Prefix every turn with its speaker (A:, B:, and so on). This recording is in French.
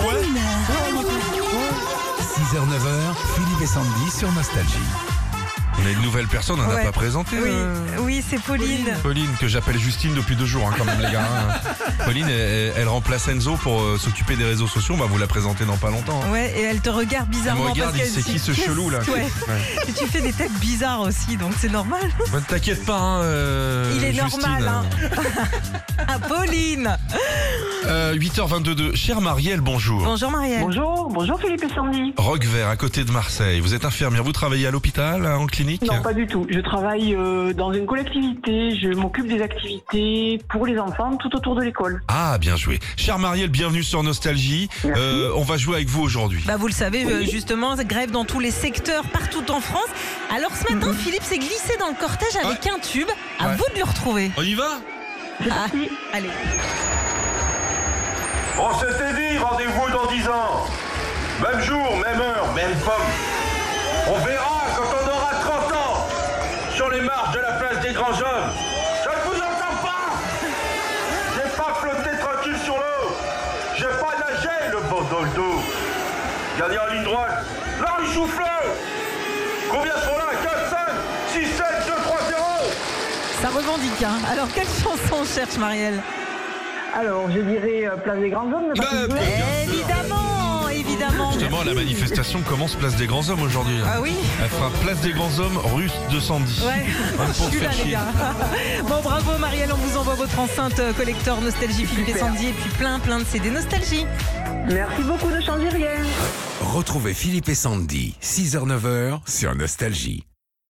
A: Ouais.
B: 6h, 9h, Philippe et Sandy sur Nostalgie.
A: On a une nouvelle personne, on n'a
C: Ouais.
A: pas présenté.
C: Oui,
A: euh,
C: oui c'est Pauline.
A: Pauline, que j'appelle Justine depuis deux jours, hein, quand même, les gars. hein. Pauline, elle, elle remplace Enzo pour euh, s'occuper des réseaux sociaux. On va vous la présenter dans pas longtemps. hein.
C: Ouais, et elle te regarde
A: Elle me
C: bizarrement
A: regarde,
C: parce
A: il
C: qu'elle
A: c'est
C: dit,
A: qui ce
C: Qu'est-ce-
A: chelou là
C: Ouais.
A: Ouais.
C: Et tu fais des têtes bizarres aussi, donc c'est normal.
A: Bah, T'inquiète pas, hein, euh,
C: Il est
A: Justine.
C: normal. Hein. ah, Pauline.
A: Euh, 8h22. Chère Marielle, bonjour.
C: Bonjour Marielle.
D: Bonjour, bonjour Philippe et Sandy.
A: Roquevert, à côté de Marseille. Vous êtes infirmière, vous travaillez à l'hôpital, hein, en clinique
D: Non, pas du tout. Je travaille euh, dans une collectivité, je m'occupe des activités pour les enfants tout autour de l'école.
A: Ah, bien joué. Chère Marielle, bienvenue sur Nostalgie.
D: Merci.
A: Euh, on va jouer avec vous aujourd'hui.
C: Bah, vous le savez, euh, justement, grève dans tous les secteurs, partout en France. Alors ce matin, Philippe s'est glissé dans le cortège avec un tube. À
A: Mhm. Ah. Ouais.
C: vous de le retrouver.
A: On y va
D: C'est parti.
C: Allez.
E: On s'était dit rendez-vous dans 10 ans. Même jour, même heure, même pomme. On verra quand on aura 30 ans sur les marches de la place des grands hommes. Je ne vous entends pas J'ai pas flotté tranquille sur l'eau. J'ai pas nagé le bord dans le dos. Dernière ligne droite. Là, les choufleux Combien sont là 4, 5, 6, 7, 2, 3, 0
C: Ça revendique. Hein. Alors quelle chanson on cherche Marielle
D: Alors, je dirais euh, place des grands hommes. de Patrick
A: Bah,
D: Bruel.
C: Évidemment, évidemment.
A: euh, Justement, la manifestation commence place des grands hommes aujourd'hui.
C: Ah oui.
A: Elle fera place des grands hommes, russe 210.
C: Ouais,
A: Hein,
C: je
A: pour te
C: suis là
A: faire
C: les
A: chier.
C: gars. Bon bravo Marielle, on vous envoie votre enceinte euh, collector Nostalgie Philippe et Sandy et puis plein plein de CD Nostalgie.
D: Merci beaucoup, ne changez rien.
B: Retrouvez Philippe et Sandy, 6h, 9h sur Nostalgie.